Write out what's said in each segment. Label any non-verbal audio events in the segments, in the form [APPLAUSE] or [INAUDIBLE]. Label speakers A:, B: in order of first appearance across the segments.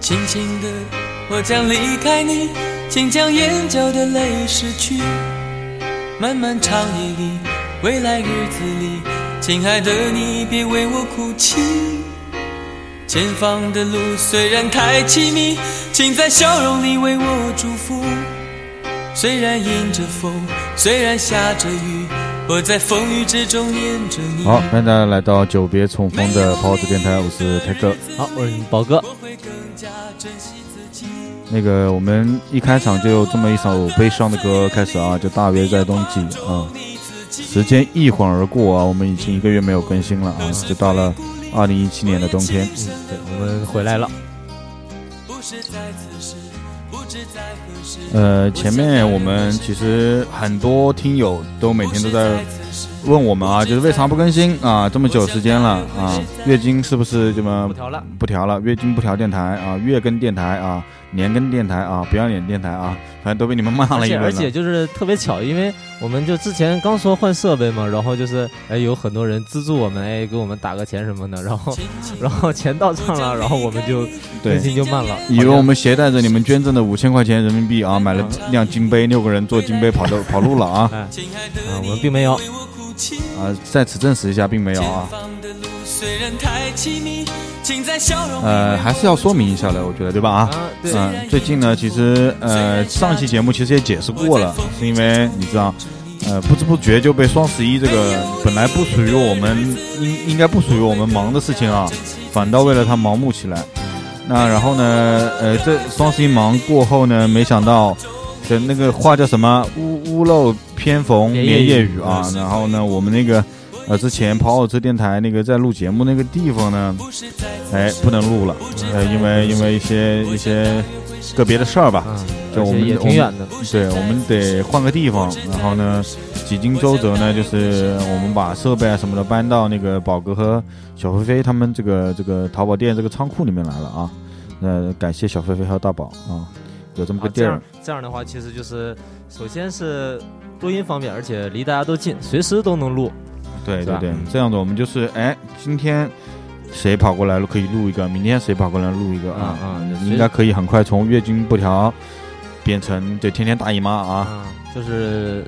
A: 轻轻的，我将离开你，请将眼角的泪拭去。漫漫长夜里，未来日子里，亲爱的你，别为我哭泣。前方的路虽然太凄迷，请在笑容里为我祝福。虽然迎着风，虽然下着雨，我在风雨之中念着你。
B: 好，欢迎大家来到久别重逢的跑子电台，我是泰哥。
C: 好，我是宝哥。
A: 我会更加珍惜自己。
B: 那个，我们一开场就有这么一首悲伤的歌开始啊，就《大约在冬季》啊、
A: 你自己
B: 时间一晃而过啊，我们已经一个月没有更新了啊，就到了二零一七年的冬天。
C: 嗯，对，我们回来了。
A: 不是在此时，不知在何时。
B: 呃，前面我们其实很多听友都每天都在问我们啊，就是为啥不更新啊？这么久时间了啊，月经是不是这么
C: 不调了，
B: 不调了？月经不调电台啊，月更电台啊，年更电台啊，不要脸电台啊，反正都被你们骂
C: 而
B: 了一
C: 且
B: 轮
C: 而
B: 了。
C: 且就是特别巧，因为我们就之前刚说换设备嘛，然后就是哎有很多人资助我们，哎给我们打个钱什么的，然
B: 哦
C: 后 [LAUGHS] 然后钱到
B: 啊
C: 账了，然后我们就
B: 对
C: 更新就慢了。
B: 以为
C: 好像
B: 我们携带着你们捐赠的五千块钱人民币啊，买了辆金杯，六个人坐金杯跑到跑路了
C: [LAUGHS]
B: 啊
C: 哎啊，我们并没有。
B: 啊！在此证实一下，并没有啊。呃，还是要说明一下的，我觉得对吧 [LAUGHS] 啊？
C: 啊，对，
B: 嗯，最近呢，其实呃，上期节目其实也解释过了，是因为你知道，呃，不知不觉就被双十一这个本来不属于我们应应该不属于我们忙的事情啊，反倒为了它盲目起来。那然后呢，呃，这双十一忙过后呢，没想到的那个话叫什么“屋屋漏偏逢
C: 连
B: 连
C: 夜
B: 夜
C: 雨
B: 雨”啊。然后呢，我们那个呃，之前跑火车电台那个在录节目那个地方呢，哎，不能录了，呃，因为因为一些一些个别的事儿吧，
C: 嗯，
B: 就
C: 而
B: 我
C: 且
B: 们
C: 也挺远的，
B: 对，我们得换个地方。然后呢，几经周折呢，就是我们把设备啊什么的搬到那个宝哥和小飞飞他们这个这个淘宝店这个仓库里面来了啊。那感谢小飞飞和大宝啊，有这么
C: 啊
B: 个地
C: 这
B: 儿
C: 样。这样的话，其实就是首先是录音方便，而且离大家都近，随时都能录。
B: 对
C: 是
B: 对
C: 吧
B: 对，这样子我们就是哎，今天谁跑过来了可以录一个，明天谁跑过来录一个啊
C: 嗯嗯就是
B: 应该可以很快从月经不调变成对天天大姨妈啊。
C: 啊，就是，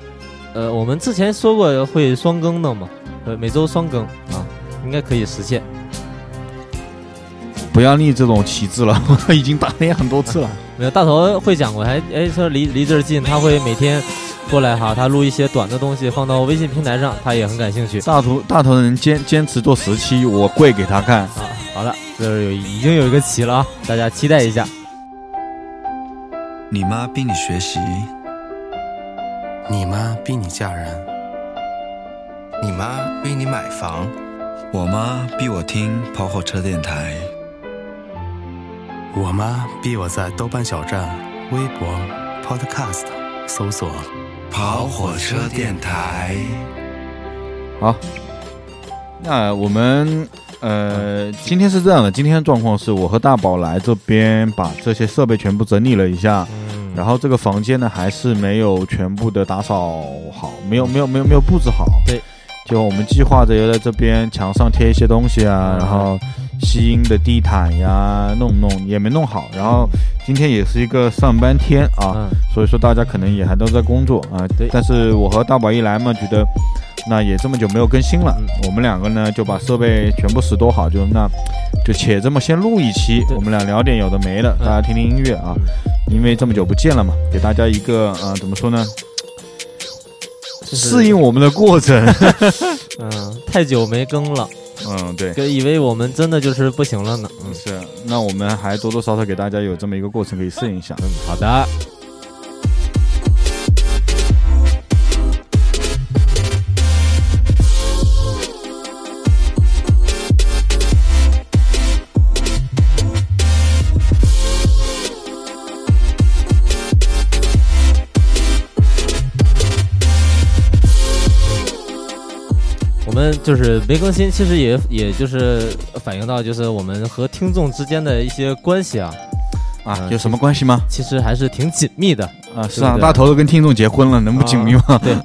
C: 呃，我们之前说过会双更的嘛，呃，每周双更啊，应该可以实现。
B: 不要立这种旗帜了， [LAUGHS] 我已经打脸很多次了。
C: 没有大头会讲过，还哎说离离这儿近，他会每天过来哈，他录一些短的东西放到微信平台上，他也很感兴趣
B: 大头大头人坚坚持做十期，我跪给他看。
C: 啊。好了，这儿有已经有一个齐了啊，大家期待一下。
D: 你妈逼你学习，
E: 你妈逼你嫁人，你妈逼你买房，
D: 我妈逼我听跑火车电台，
E: 我妈逼我在豆瓣小站、微博、Podcast 搜索
D: 跑火车电台。
B: 好，那我们呃，今天是这样的，今天的状况是我和大宝来这边把这些设备全部整理了一下，
C: 嗯
B: 然后这个房间呢还是没有全部的打扫好，没有没有没有没有布置好。
C: 对，
B: 就我们计划着要在这边墙上贴一些东西啊，
C: 嗯
B: 然后吸音的地毯呀弄弄也没弄好，然后今天也是一个上班天啊。
C: 嗯，
B: 所以说大家可能也还都在工作啊。
C: 对
B: 但是我和大宝一来嘛，觉得那也这么久没有更新了，
C: 嗯
B: 我们两个呢就把设备全部拾掇好，就那就且这么先录一期，
C: 对
B: 我们俩聊点有的没的，
C: 嗯
B: 大家听听音乐啊。因为这么久不见了嘛，给大家一个啊、呃怎么说呢？
C: 就是
B: 适应我们的过程，
C: [LAUGHS] 嗯，太久没更了，
B: 嗯，对，
C: 就以为我们真的就是不行了呢。嗯，
B: 是。啊那我们还多多少少给大家有这么一个过程可以适应一下。
C: 嗯好的。我们就是没更新，其实也也就是反映到就是我们和听众之间的一些关系啊，
B: 啊，
C: 嗯
B: 有什么关系吗？
C: 其实还是挺紧密的。
B: 啊，是啊，
C: 对
B: 大头都跟听众结婚了，能不紧密吗？
C: 对，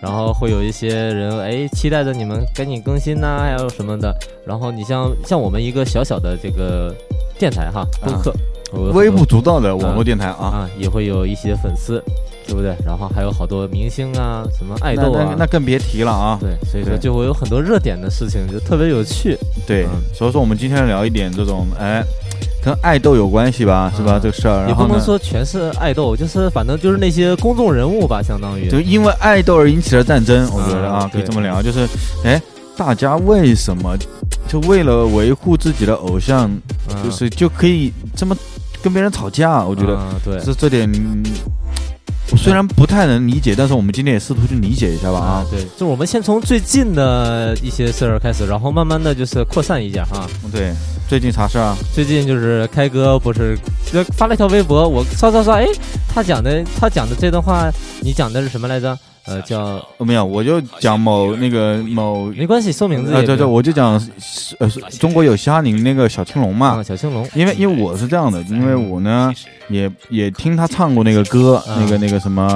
C: 然后会有一些人哎期待着你们赶紧更新呐、还有什么的。然后你像像我们一个小小的这个电台哈播客，我嗯我
B: 嗯微
C: 有很
B: 不
C: 多
B: 足道的网络电台啊。
C: 啊，也会有一些粉丝，对不对？然后还有好多明星啊，什么爱
B: 那
C: 豆
B: 那
C: 啊，
B: 那更别提了啊！
C: 对，所以说
B: 对
C: 就会有很多热点的事情，就特别有趣。
B: 对
C: 嗯，
B: 所以说我们今天聊一点这种，哎，跟爱豆有关系吧，是吧？
C: 嗯
B: 这个事儿，
C: 也
B: 然
C: 不
B: 后
C: 能
B: 呢，
C: 说全是爱豆，就是反正就是那些公众人物吧，相当于
B: 就因为爱豆而引起了战争，我觉得啊
C: 啊，
B: 可以
C: 对
B: 这么聊，就是，哎，大家为什么就为了维护自己的偶像，
C: 嗯
B: 就是就可以这么跟别人吵架？我觉得
C: 嗯对
B: 这这点，嗯我虽然不太能理解，但是我们今天也试图去理解一下吧啊
C: 啊，，对，就是我们先从最近的一些事儿开始，然后慢慢的就是扩散一下哈。
B: 对，最近啥事儿啊？
C: 最近就是开哥不是就发了一条微博，我刷刷刷，哎，他讲的他讲的这段话，你讲的是什么来着？呃，叫
B: 哦没有，我就讲某那个某
C: 没关系，搜名字也
B: 啊，
C: 没有。
B: 对对，我就讲呃，中国有虾宁那个小青龙嘛
C: 啊，，小青龙，
B: 因为因为我是这样的，因为我呢也也听他唱过那个歌，
C: 嗯
B: 那个那个什么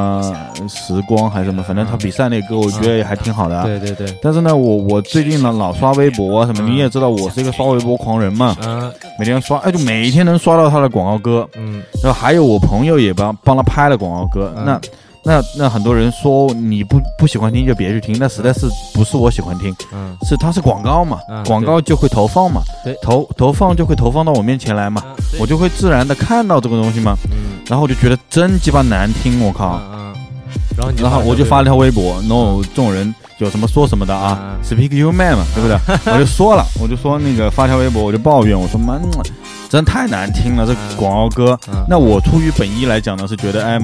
B: 时光还是什么，反正他比赛那歌，我觉得也还挺好的啊。
C: 嗯对对对，
B: 但是呢，我我最近呢老刷微博啊什么，
C: 嗯
B: 你也知道我是一个刷微博狂人嘛，
C: 啊，
B: 每天刷，哎，就每一天能刷到他的广告歌，
C: 嗯，
B: 然后还有我朋友也帮帮他拍了广告歌，
C: 嗯
B: 那。那那很多人说你不不喜欢听就别去听，那实在是不是我喜欢听，
C: 嗯，
B: 是它是广告嘛，
C: 嗯
B: 广告就会投放嘛，
C: 对
B: 投投放就会投放到我面前来嘛，我就会自然的看到这个东西嘛，
C: 嗯，
B: 然后我就觉得真鸡巴难听，我
C: 啊
B: 靠，
C: 啊，然后你，
B: 然后我就发了，条微博，no，这种人有什么说什么的啊
C: 嗯
B: ，speak your mind 嘛，对不 [LAUGHS]
C: 啊
B: 对？我就说了，我就说那个发条微博，我就抱怨，我说妈，嗯真太难听了，这
C: 嗯
B: 广告歌。
C: 嗯
B: 那我出于本意来讲呢，是觉得，哎，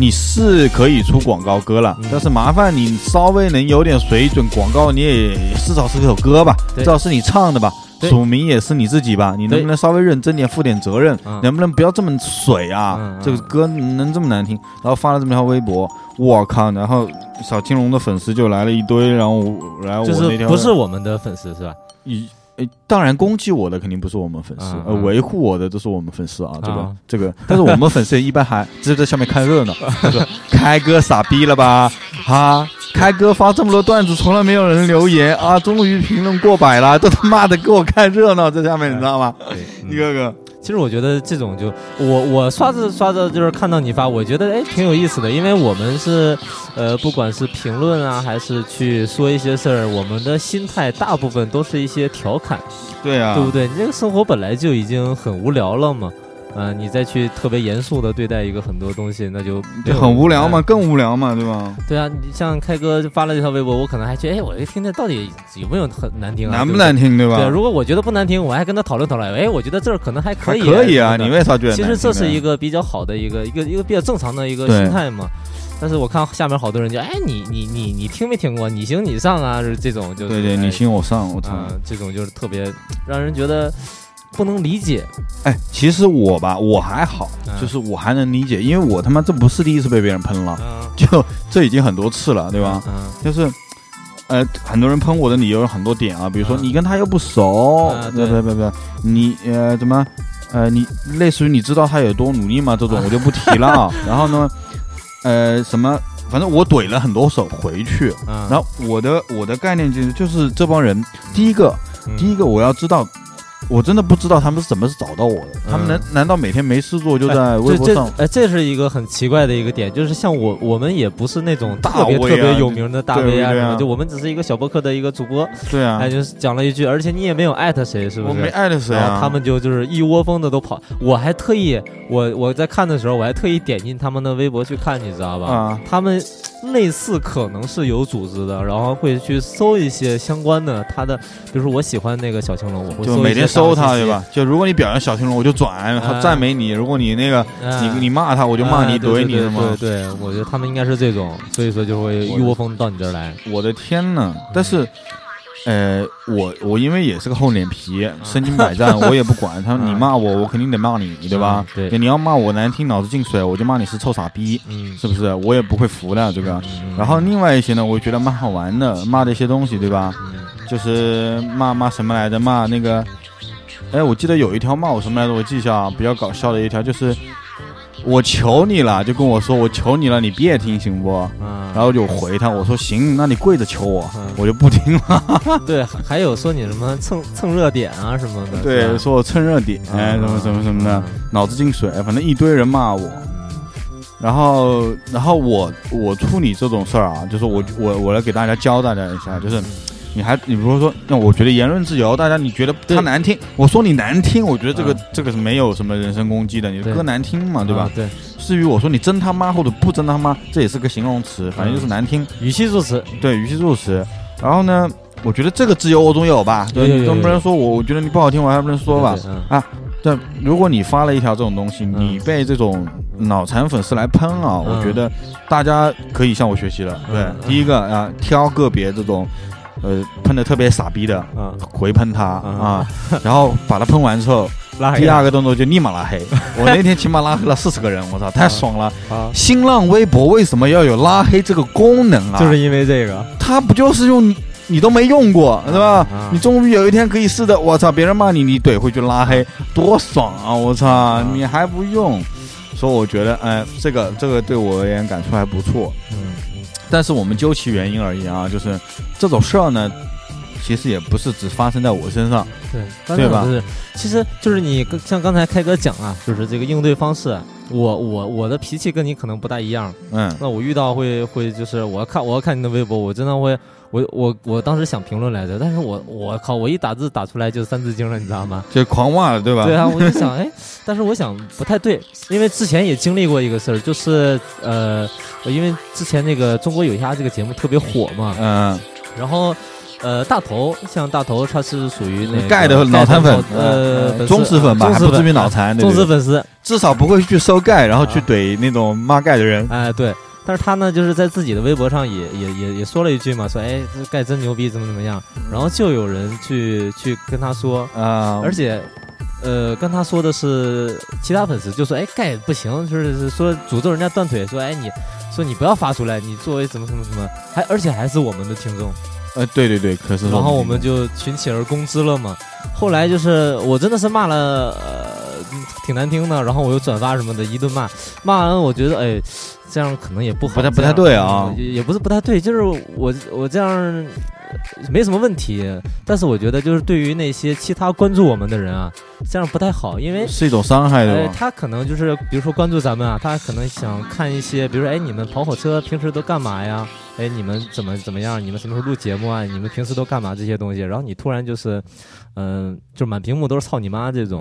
B: 你是可以出广告歌了，
C: 嗯
B: 但是麻烦你稍微能有点水准，广告你也至少是首歌吧，
C: 对
B: 至少是你唱的吧，
C: 对
B: 署名也是你自己吧，你能
C: 对
B: 不能稍微认真点，负点责任
C: 嗯，
B: 能不能不要这么水啊
C: 嗯？
B: 这个歌能这么难听？然后发了这么条微博，我靠！然后小青龙的粉丝就来了一堆，然后我，然后我
C: 就
B: 那
C: 是
B: 条
C: 不是我们的粉丝是吧？
B: 一诶，呃当然攻击我的肯定不是我们粉丝，
C: 嗯
B: 呃，
C: 嗯
B: 维护我的都是我们粉丝啊，这个、
C: 啊
B: 这个，但是我们粉丝一般还只是在下面看热闹，就是开哥傻逼了吧？哈，开哥发这么多段子，从来没有人留言啊，终于评论过百了，都他妈的给我看热闹在下面，你知道吗？
C: 对，嗯
B: 一个个，
C: 其实我觉得这种就我我刷着刷着就是看到你发，我觉得哎挺有意思的，因为我们是呃不管是评论啊还是去说一些事儿，我们的心态大部分都是一些调侃，
B: 对啊，
C: 对不对？你这个生活本来就已经很无聊了嘛，呃，你再去特别严肃的对待一个很多东西，那就没有
B: 就很无聊嘛，
C: 哎
B: 更无聊嘛，对吧？
C: 对啊，你像开哥就发了这条微博，我可能还觉得哎，我一听这到底有没有很难听啊？
B: 难
C: 对
B: 不
C: 不
B: 难听，对
C: 对？对，
B: 吧？
C: 如果我觉得不难听，我还跟他讨论讨论，哎，我觉得这儿可能还可
B: 还
C: 以，
B: 可以啊，
C: 什么的
B: 你为啥觉得难
C: 其
B: 听呢？啊
C: 实这是一个比较好的一个一个一个比较正常的一个
B: 对
C: 心态嘛。但是我看下面好多人就哎你你你你听没听过你行你上啊就是这种就是
B: 对对，
C: 哎
B: 你行我上，我操。
C: 啊、这种就是特别让人觉得不能理解。
B: 哎，其实我吧，我还好，
C: 嗯
B: 就是我还能理解，因为我他妈这不是第一次被别人喷了， [LAUGHS]
C: 嗯，
B: 就这已经很多次了，对吧？
C: 嗯，
B: 就是，呃，很多人喷我的理由有很多点啊，比如说
C: 嗯
B: 你跟他又不熟，
C: 啊
B: 不
C: 对
B: 不不不，你呃怎么，呃你类似于你知道他有多努力吗？这
C: [LAUGHS]
B: 种我就不提了啊。然后呢，呃什么，反正我怼了很多手回去。
C: 嗯，
B: 然后我的我的概念就是就是这帮人，第一个
C: 嗯
B: 第一个我要知道，我真的不知道他们是怎么找到我的。他们难难道每天没事做就在微
C: 这
B: 博
C: 这
B: 上？
C: 嗯哎，这是一个很奇怪的一个点，就是像我我们也不是那种
B: 大
C: 特别
B: V
C: 特
B: 啊
C: 别有名的大
B: 对
C: V 啊
B: 对
C: 什
B: 啊
C: 么，就我们只是一个小博客的一个主播，
B: 对啊
C: 哎，，就是讲了一句，而且你也没有艾特谁，是不
B: 我
C: 是？
B: 没艾特谁
C: 然
B: 啊
C: 后。他们就就是一窝蜂的都跑，我还特意我我在看的时候，我还特意点进他们的微博去看，你知道吧？
B: 啊，
C: 他们类似可能是有组织的，然后会去搜一些相关的他的，比如说我喜欢那个小青龙，我会
B: 就
C: 搜
B: 每天
C: 搜
B: 搜他对？吧？就如果你表扬小青龙，我就转
C: 啊
B: 赞美你；如果你那个你
C: 嗯
B: 你骂他，我就骂
C: 啊
B: 你
C: 对
B: 怼
C: 对
B: 你是吗
C: 对？对对，我觉得他们应该是这种，所以说就会一窝蜂到你这儿来。
B: 我的天呐！但是，呃，我我因为也是个厚脸皮，身经百战，我也不管。他说
C: 嗯
B: 你骂我，我肯定得骂你，对吧？
C: 嗯对
B: 你要骂我难听，脑子进水，我就骂你是臭傻逼，
C: 嗯，
B: 是不是？我也不会服的，对吧？然后另外一些呢，我觉得蛮好玩的，骂的一些东西，对吧？就是骂骂什么来着？骂那个，哎，我记得有一条骂我什么来着？我记一下啊，比较搞笑的一条就是，我求你了，就跟我说我求你了，你别听行不？
C: 嗯，
B: 然后就回他，我说行，那你跪着求我
C: 嗯，
B: 我就不听了。
C: 对，还还有说你什么蹭蹭热点啊嗯什么的，是
B: 对，
C: 吧
B: [LAUGHS]
C: 啊
B: 说我趁热点，哎，什么什么什么的，脑子进水，反正一堆人骂我。然后，然后我我处理这种事儿啊，就是我我我来给大家教大家一
C: 嗯
B: 下，就是你还你比如说，那我觉得言论自由，大家你觉得
C: 对
B: 他难听，我说你难听，我觉得这个
C: 嗯
B: 这个是没有什么人身攻击的，你
C: 对
B: 歌难听嘛，对吧
C: 啊？对，
B: 至于我说你真他妈或者不真他妈，这也是个形容
C: 嗯
B: 词，反正就是难听，
C: 语气助词，
B: 对，语气助词。然后呢，我觉得这个自由我总有吧，
C: 有
B: 对，
C: 有
B: 你
C: 有
B: 总
C: 有
B: 不能说我我觉得你不好听，我还不能说吧
C: 对？对嗯
B: 但如果你发了一条这种东西，
C: 嗯
B: 你被这种脑残粉丝来喷啊，
C: 嗯
B: 我觉得大家可以向我学习了。对
C: 嗯，嗯
B: 第一个啊，挑个别这种。呃，喷的特别傻逼的，
C: 嗯，
B: 回喷他
C: 嗯哎
B: 啊，然后把他喷完之
C: [LAUGHS]
B: 后，
C: 拉黑
B: 第
C: 了
B: 二个动作就立马拉
C: [LAUGHS]
B: 黑。我那天起码拉黑了四十个人，
C: 嗯
B: 我操，太爽了！
C: 啊，
B: 新浪微博为什么要有拉黑这个功能啊？
C: [LAUGHS] 就是因为这个，
B: 它不就是用你你都没用过，对吧？
C: 啊
B: 你终于有一天可以试的，我操！别人骂你，你怼回去拉
C: [LAUGHS]
B: 黑，多爽啊！我操，你还不用，所以我觉得，哎，这个这个对我而言感触还不错。
C: 嗯
B: 但是我们究其原因而言啊，就是这种事儿呢，其实也不是只发生在我身上，
C: 对，当
B: 对
C: 然
B: 吧
C: 就是，其实就是你跟像刚才开哥讲啊，就是这个应对方式啊，我我我的脾气跟你可能不大一样。
B: 嗯
C: 那我遇到会会就是我要看我要看你的微博，我真的会，我我我当时想评论来着，但是我我靠，我一打字打出来就三字经了，你知道吗？
B: 就狂骂了，对吧？
C: 对
B: [LAUGHS]
C: 啊，我就想，哎，但是我想不太对，因为之前也经历过一个事儿，就是呃，因为之前那个《中国有嘻哈》这个节目特别火嘛，
B: 嗯，
C: 然后。呃，大头像大头，他是属于那个
B: 盖的脑残粉，啊
C: 呃，粉丝
B: 忠实粉吧，
C: 忠
B: 还
C: 实
B: 不至
C: 粉啊
B: 于脑残，对
C: 忠
B: 不
C: 实
B: 对？
C: 粉丝，
B: 至少不会去收盖，然后去
C: 啊
B: 怼那种骂盖的人。
C: 哎，对。但是他呢，就是在自己的微博上也也也也说了一句嘛，说哎，这盖真牛逼，怎么怎么样。然后就有人去去跟他说，
B: 啊，
C: 而且，呃，跟他说的是其他粉丝就说，哎，盖不行，就是是说诅咒人家断腿，说哎你，说你不要发出来，你作为什么什么什么，还而且还是我们的听众。
B: 呃，对对对，可是
C: 然后我们就群起而攻之了嘛。后来就是我真的是骂了，呃，挺难听的，然后我又转发什么的，一顿骂，骂完我觉得哎，这样可能也不
B: 不
C: 好，
B: 太不
C: 这样呃
B: 太对啊
C: 也也不是不太对，就是我我这样。呃没什么问题，但是我觉得就是对于那些其他关注我们的人啊，这样不太好，因为
B: 是一种伤害
C: 哎
B: 对，吧？
C: 他可能就是，比如说关注咱们啊，他可能想看一些，比如说，哎，你们跑火车平时都干嘛呀？哎，你们怎么怎么样？你们什么时候录节目啊？你们平时都干嘛这些东西？然后你突然就是，嗯、就满屏幕都是操你妈
B: [LAUGHS]
C: 这种，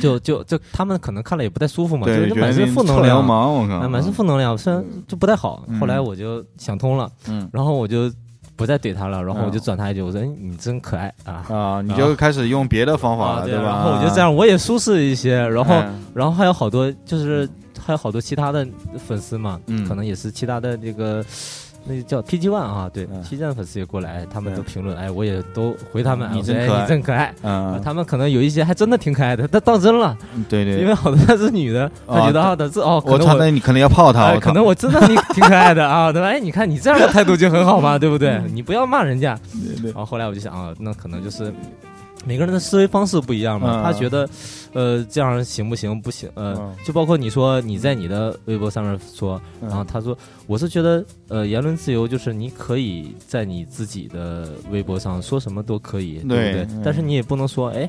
C: 就就就他们可能看了也不太舒服嘛，就是
B: 觉
C: 这满
B: 得
C: 是
B: 你
C: 负能
B: 臭流
C: 量。
B: 氓，我靠，
C: 哎，满是负能量，虽然就不太好。后来
B: 嗯
C: 我就想通了，
B: 嗯
C: 然后我就不再怼他了，然后我就
B: 嗯
C: 转他一句，我说：“哎，你真可爱啊
B: 啊，你就开始用别的方！”法
C: 啊，
B: 了，
C: 对
B: 吧？嗯哎
C: 然后我就这，样，我也舒适一些，然后然后还有好多就是还有好多其他的粉丝嘛，
B: 嗯
C: 可能也是其他的这个。那叫 PG One 啊，对
B: 嗯
C: ，PG One 粉丝也过来，他们
B: 嗯
C: 都评论，哎，我也都回他们，哎
B: 你
C: 我
B: 真
C: 说哎
B: 可爱
C: 你真可爱。啊
B: 嗯，
C: 他们可能有一些还真的挺可爱的，但当真了，
B: 嗯对
C: 因
B: 对，
C: 为好多她是女的，她觉得啊，她是哦，可
B: 我
C: 能
B: 操，
C: 我
B: 那你可能要泡他，
C: 哎
B: 我
C: 可
B: 靠，
C: 能我真的挺 [LAUGHS] 挺可爱的啊，对吧？哎，你看你这样的态度就很好嘛，对不对？
B: 嗯
C: 你不要骂人家，
B: 对对
C: 然后后来我就想啊，那可能就是每个人的思维方式不一样
B: 嗯
C: 嘛。他觉得，呃，这样行不行？不行，呃，
B: 嗯
C: 就包括你说你在你的微博上面说，
B: 嗯
C: 然后他说，我是觉得，呃，言论自由就是你可以在你自己的微博上说什么都可以，
B: 对
C: 对不对？
B: 嗯
C: 但是你也不能说，哎。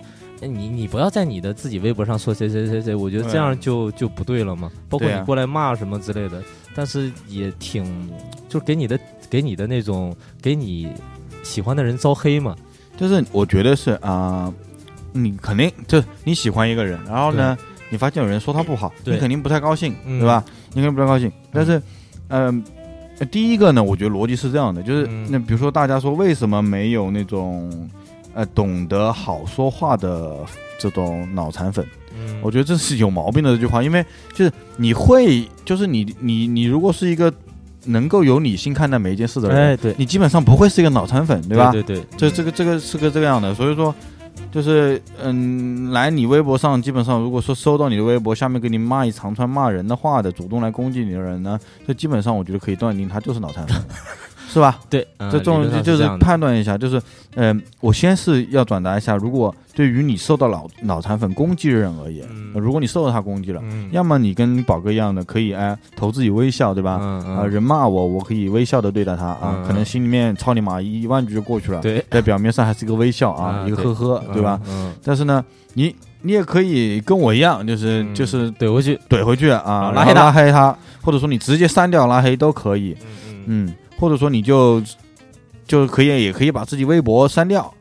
C: 哎你你不要在你的自己微博上说谁谁谁谁，我觉得这样就就不对了嘛。包
B: 嗯
C: 括
B: 对
C: 你
B: 啊
C: 过来骂什么之类的，但是也挺，就给你的给你的那种给你喜欢的人招黑嘛。
B: 就是我觉得是啊，你肯定就是你喜欢一个人，然后呢，你发现有人说他不好，
C: 对
B: 你肯定不太高兴，
C: 嗯
B: 对吧？你肯定不太高兴，但是，嗯。呃第一个呢，我觉得逻辑是这样的，就是
C: 嗯
B: 那比如说大家说为什么没有那种呃懂得好说话的这种脑残粉，
C: 嗯
B: 我觉得这是有毛病的这句话，因为就是你会，就是你你你如果是一个能够有理性看待每一件事的人，
C: 哎，对，
B: 你基本上不会是一个脑残粉，对吧？
C: 对对，嗯
B: 这这个这个是个这个样的，所以说就是嗯，来你微博上，基本上如果说收到你的微博下面给你骂一长串骂人的话的，主动来攻击你的人呢，这基本上我觉得可以断定他就是脑残粉，是吧？
C: 对，嗯
B: 这种就就是判断一下，就是，嗯、我先是要转达一下，如果对于你受到脑脑残粉攻击的人而言，
C: 嗯
B: 如果你受到他攻击了，
C: 嗯
B: 要么你跟宝哥一样的，可以哎投自己微笑，对吧？
C: 嗯嗯
B: 啊，人骂我，我可以微笑的对待他啊，
C: 嗯
B: 可能心里面操你妈一万句就过去了，
C: 对
B: 在表面上还是一个微笑啊，
C: 嗯
B: 一个呵呵，对吧？？
C: 嗯，嗯
B: 但是呢，你你也可以跟我一样，就是、
C: 嗯
B: 就是
C: 怼回去，
B: 怼回去啊，然
C: 拉黑
B: 后
C: 他
B: 拉黑他，或者说你直接删掉拉黑都可以，
C: 嗯
B: 嗯，或者说你就就可以也可以把自己微博删掉。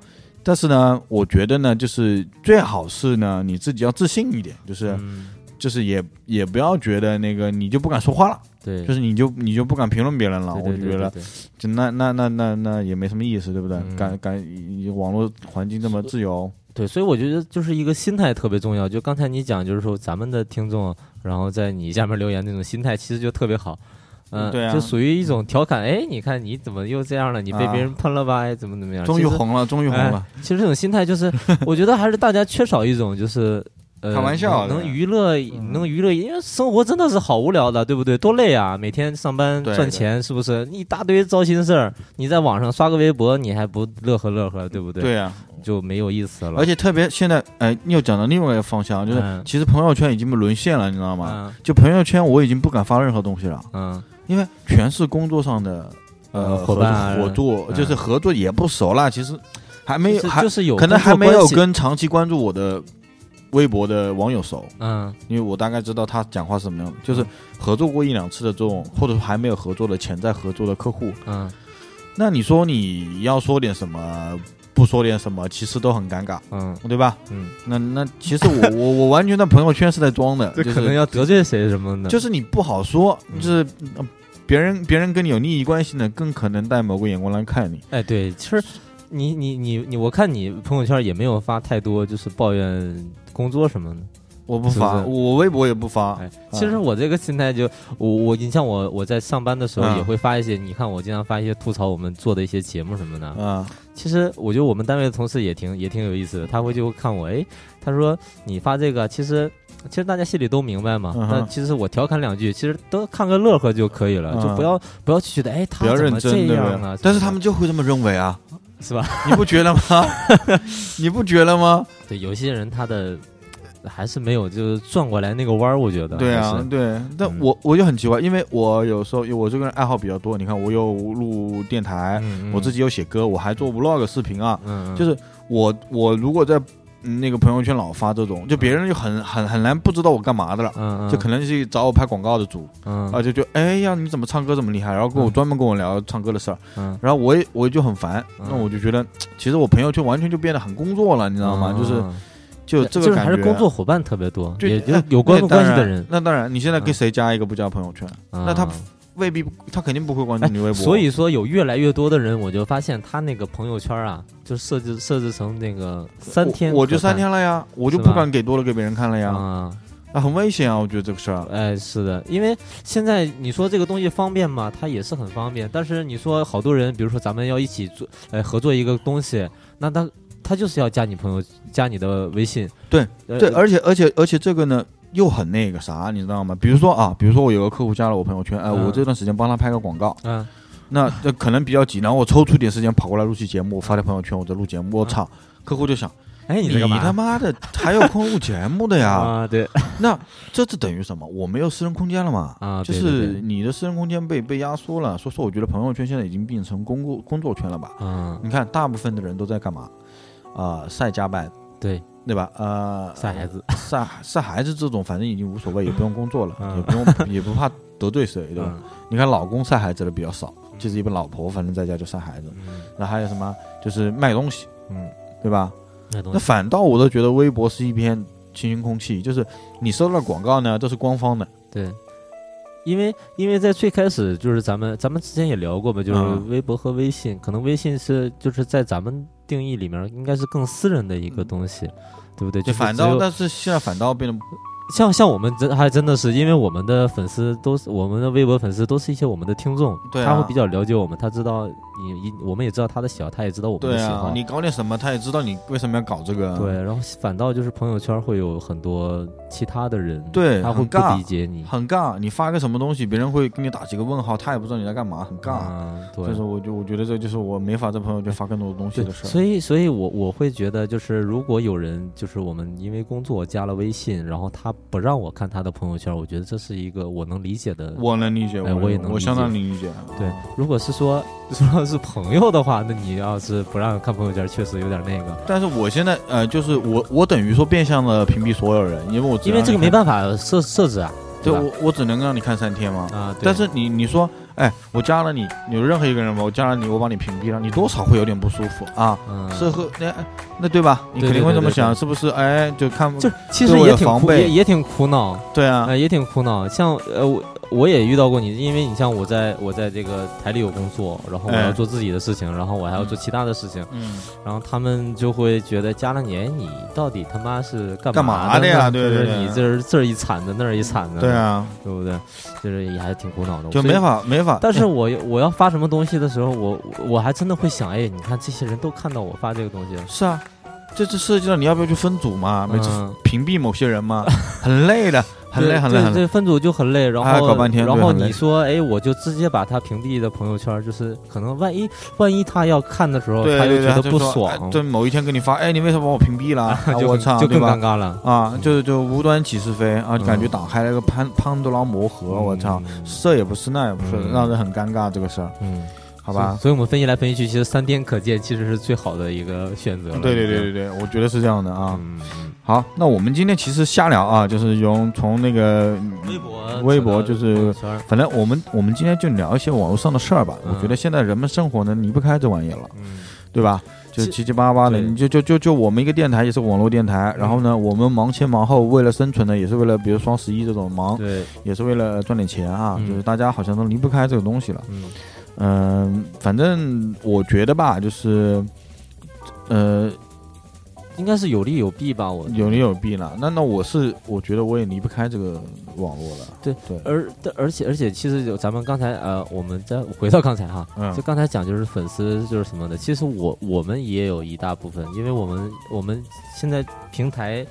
B: 但是呢，我觉得呢，就是最好是呢，你自己要自信一点，就是、
C: 嗯，
B: 就是也也不要觉得那个你就不敢说话了，
C: 对，
B: 就是你就你就不敢评论别人了，
C: 对
B: 我
C: 对
B: 就
C: 对
B: 觉
C: 对
B: 得
C: 对
B: 就那那那那那也没什么意思，对不对？
C: 嗯
B: 敢敢网络环境这么自由，
C: 对，所以我觉得就是一个心态特别重要。就刚才你讲，就是说咱们的听众，然后在你下面留言那种心态，其实就特别好。嗯，
B: 对啊
C: 就属于一种调侃。哎，你看你怎么又这样了？你被
B: 啊
C: 别人喷了吧？哎，怎么怎么样？
B: 终于
C: 其实。
B: 红了，终于红
C: 哎
B: 了，
C: 其实这种心态就是，我觉得还是大家缺少一种就是。呃，
B: 开玩笑嗯
C: 能
B: 对
C: 能娱乐，能娱乐，因为生活真的是好无聊的，对不对？多累啊！每天上班
B: 对
C: 赚
B: 对
C: 钱，是不是？你一大堆糟心事儿，你在网上刷个微博，你还不乐呵乐呵，对不对？，
B: 对呀、
C: 就没有意思了。
B: 而且特别现在，哎，你又讲到另外一个方向，就是
C: 嗯
B: 其实朋友圈已经沦陷了，你知道吗？
C: 嗯，
B: 就朋友圈我已经不敢发任何东西了，
C: 嗯
B: 因为全是工作上的
C: 呃
B: 呃
C: 伙伴啊
B: 合作，
C: 嗯
B: 就是合作也不熟啦，其实还没有
C: 就是
B: 还
C: 就是有
B: 可能
C: 工作
B: 还没有
C: 关系
B: 跟长期关注我的微博的网友熟，
C: 嗯
B: 因为我大概知道他讲话是什么样的，就是合作过一两次的这种，或者说还没有合作的潜在合作的客户，
C: 嗯
B: 那你说你要说点什么，不说点什么，其实都很尴尬，
C: 嗯
B: 对吧？
C: 嗯，
B: 那那其实我
C: [LAUGHS]
B: 我我完全在朋友圈是在装的，
C: 这
B: 就
C: 可能
B: 是
C: 要得罪谁什么的，
B: 就是你不好说，
C: 嗯
B: 就是呃别人别人跟你有利益关系呢，更可能带某个眼光来看你。
C: 哎，对，其实你你你你，我看你朋友圈也没有发太多，就是抱怨工作什么的。
B: 我不发，
C: 是不是
B: 我微博也不发。
C: 哎，其实我这个心态就，我我你像我我在上班的时候
B: 嗯
C: 也会发一些，你看我经常发一些吐槽我们做的一些节目什么的。
B: 啊，
C: 其实我觉得我们单位的同事也挺也挺有意思的，他会就看我，哎，他说你发这个，其实其实大家心里都明白嘛，
B: 嗯哼
C: 但其实我调侃两句，其实都看个乐呵就可以了，
B: 嗯
C: 就不要不要去觉得，哎，
B: 比
C: 他
B: 较
C: 怎
B: 认
C: 么这
B: 真，对不
C: 样啊
B: 对？？但是他们就会这么认为啊，
C: 是吧？ [LAUGHS]
B: 你不觉得吗？你不觉得吗？
C: 对，有些人他的还是没有就是转过来那个弯儿，我觉得
B: 对
C: 还
B: 啊
C: 是，嗯
B: 对。但我我就很奇怪，因为我有时候我这个人爱好比较多，你看我又录电台，
C: 嗯
B: 哎我自
C: 己
B: 己又写歌，我还做 vlog 视频啊，
C: 嗯
B: 就是我我如果在嗯那个朋友圈老发这种，就别人就很很很难不知道我干嘛的了。
C: 嗯嗯嗯
B: 就可能是找我拍广告的主
C: 嗯
B: 啊，就就哎呀，你怎么唱歌这么厉害？然后跟我
C: 嗯
B: 专门跟我聊唱歌的事儿，
C: 嗯
B: 然后我也我就很烦，
C: 嗯
B: 那我就觉得，其实我朋友圈完全就变得很工作了，你知道吗？就是
C: 嗯
B: 就这
C: 就
B: 个
C: 是
B: 感
C: 还
B: 觉，啊
C: 是工作伙伴特别多，
B: 对
C: 也就
B: 那
C: 有关注
B: 那当
C: 关
B: 然
C: 系的人，
B: 那当然，你现在
C: 嗯
B: 给谁加一个不加朋友圈？
C: 那
B: 那他未必，他肯定不会关注
C: 哎
B: 你微博。
C: [LAUGHS] 所以说，有越来越多的人，我就发现他那个朋友圈啊，就设置设置成那个三天
B: 我，我就
C: 可看
B: 三天了呀，我就是不
C: 吧
B: 敢给多了给别人看了呀，
C: 啊。
B: 那很危险啊，我觉得这个事儿。
C: 哎，是的，因为现在你说这个东西方便嘛，它也是很方便。但是你说好多人，比如说咱们要一起做，呃，合作一个东西，那他他就是要加你朋友，加你的微信。
B: 对
C: 呃，
B: 对，而且而且而且这个呢，又很那个啥，你知道吗？比如说啊，比如说我有个客户加了我朋友圈，哎、
C: 嗯
B: 我这段时间帮他拍个广告，
C: 嗯
B: 那这可能比较急，然后我抽出点时间跑过来录期节目，我发在朋友圈，我在录节目，我操，
C: 嗯
B: 客户就想
C: 哎，你
B: 你
C: 在干嘛
B: 他妈的还有空录节目的呀？
C: [LAUGHS] 啊？
B: [LAUGHS]
C: 对，
B: 那这就等于什么？我没有私人空间了嘛？
C: 啊
B: 就
C: 对对
B: 是
C: 对
B: 你的私人空间被被压缩了，所以说我觉得朋友圈现在已经变成工作工作圈了吧？
C: 嗯，
B: 你看，大部分的人都在干嘛？啊、晒加班，
C: 对，
B: [LAUGHS] 对吧？呃，
C: [LAUGHS] 晒孩子，
B: 晒晒孩子这种，反正已经无所谓，也不用工
C: [LAUGHS]
B: 作了，
C: 嗯
B: 也不用也不怕得罪谁，对吧？
C: 嗯
B: 你看老公晒孩子的比较少，就是一般老婆反正在家就晒孩子，那还有什么就是卖东西，
C: 嗯，
B: 对吧？
C: 那东
B: 那
C: 西，
B: 反倒我都觉得微博是一片清新空气，就是你收到的广告呢都是官方的，
C: 对。因为因为在最开始就是咱们咱们之前也聊过吧，就是
B: 嗯
C: 微博和微信，可能微信是就是在咱们定义里面应该是更私人的一个东西，对不对？
B: 嗯
C: 就
B: 就是反
C: 只有
B: 倒但是现在反倒变得
C: 像像我们真还真的是，因为我们的粉丝都是我们的微博粉丝都是一些我们的听众，
B: 对啊
C: 他会比较了解我们，他知道你你我们也知道他的喜好，他也知道我们的
B: 对
C: 喜
B: 啊
C: 好，，
B: 你搞点什么，他也知道你为什么要搞这个。
C: 对，然后反倒就是朋友圈会有很多其他的人，
B: 对
C: 他会
B: 很
C: 不
B: 尬
C: 理解你，
B: 很尬，你发个什么东西，别人会给你打几个问号，他也不知道你在干嘛，很尬。
C: 啊，对
B: 所以，说，我就我觉得这就是我没法在朋友圈发更多的东西
C: 对，
B: 的事儿。
C: 所以，所以我我会觉得，就是如果有人就是我们因为工作加了微信，然后他不让我看他的朋友圈，我觉得这是一个我能理解的。
B: 我能理解，
C: 哎
B: 我
C: 我也能
B: 我
C: 理
B: 相
C: 解
B: 当能理解。
C: 对，如果是说如果是朋友的话，那你要是不让看朋友圈，确实有点那个，
B: 但是我现在呃，就是我我等于说变相的屏蔽所有人，因为我只
C: 因为这个
B: 让
C: 没
B: 你看
C: 办法设设置啊，
B: 对
C: 对吧？
B: 我我只能让你看三天嘛。
C: 啊，对
B: 但是你你说，哎，我加了你，有任何一个人嘛，我加了你，我把你屏蔽了，你多少会有点不舒服啊。
C: 嗯，
B: 是和那哎那对吧？你
C: 对
B: 肯定
C: 对
B: 会
C: 对
B: 这么
C: 对
B: 想，是不是？哎，就看不
C: 就其
B: 对
C: 实
B: 我
C: 也
B: 有
C: 挺
B: 防
C: 苦，
B: 备
C: 也也挺苦恼，
B: 对啊，
C: 呃，也挺苦恼。像呃，我我也遇到过你，因为你像我在我在这个台里有工作，然后我
B: 哎
C: 要做自己的事情，然后我还要做其他的事情，
B: 嗯，
C: 然后他们就会觉得加了年你到底他妈是干
B: 干嘛
C: 嘛
B: 的
C: 的
B: 呀
C: 呢
B: 对
C: 就
B: 对
C: 是
B: 对
C: 你这儿这儿一铲子那儿一铲子，
B: 对，啊，
C: 对不对？就是也还挺苦恼的，
B: 就
C: 所以
B: 没。法没法。
C: 但是我我要发什么东西的时候，我我还真的会想，哎，你看这些人都看到我发这个东西了，
B: 是啊，这这涉及到你要不要去分组嘛，每次
C: 嗯
B: 屏蔽某些人嘛， [LAUGHS] 很累的，很累
C: 对
B: 很累
C: 对
B: 很累。
C: 对，分组就很累，然
B: 哎
C: 后
B: 搞半天
C: 然
B: 对
C: 后
B: 很累
C: 你说，哎，我就直接把他屏蔽的朋友圈，就是可能万一万一他要看的时候，
B: 对
C: 他
B: 对
C: 又
B: 对，
C: 觉
B: 他
C: 得
B: 就
C: 不
B: 说
C: 爽，
B: 哎对，某一天给你发，哎，你为什么把我屏
C: [LAUGHS]
B: 蔽了？啊
C: 就
B: 我
C: 更
B: 操，
C: 就
B: 对
C: 更
B: 吧
C: 尴？尬了。
B: 啊，
C: 嗯
B: 就就无端起是非啊，就感觉
C: 嗯
B: 打开了一个潘潘多拉魔盒，我操，这也不是那也不是，
C: 嗯
B: 让人很尴尬这个事儿，
C: 嗯，
B: 好吧
C: 所以？所以我们分析来分析去，其实三天可见，其实是最好的一个选择了。
B: 对对
C: 已经
B: 对对，对，我觉得是这样的啊。
C: 嗯，嗯
B: 嗯好，那我们今天其实瞎聊啊，就是用从那个
C: 微博
B: 微博就是
C: 朋友圈
B: 反正我们我们今天就聊一些网络上的事儿吧。
C: 嗯
B: 我觉得现在人们生活呢离不开这玩意儿了，
C: 嗯，
B: 对吧？就
C: 其
B: 七七八八的，
C: 对
B: 你就就就就我们一个电台也是个网络电台，然后呢，我们忙前忙后，为了生存呢，也是为了比如双十一这种忙，
C: 对，
B: 也是为了赚点钱啊。
C: 嗯
B: 就是大家好像都离不开这个东西了。
C: 嗯
B: 嗯，反正我觉得吧，就是呃
C: 应该是有利有弊吧，我
B: 有利有弊了。那那我是我觉得我也离不开这个网络了。
C: 对
B: 对，
C: 而但而且而且，其实有咱们刚才呃，我们再回到刚才哈，
B: 嗯
C: 就刚才讲就是粉丝就是什么的，其实我我们也有一大部分，因为我们我们现在平台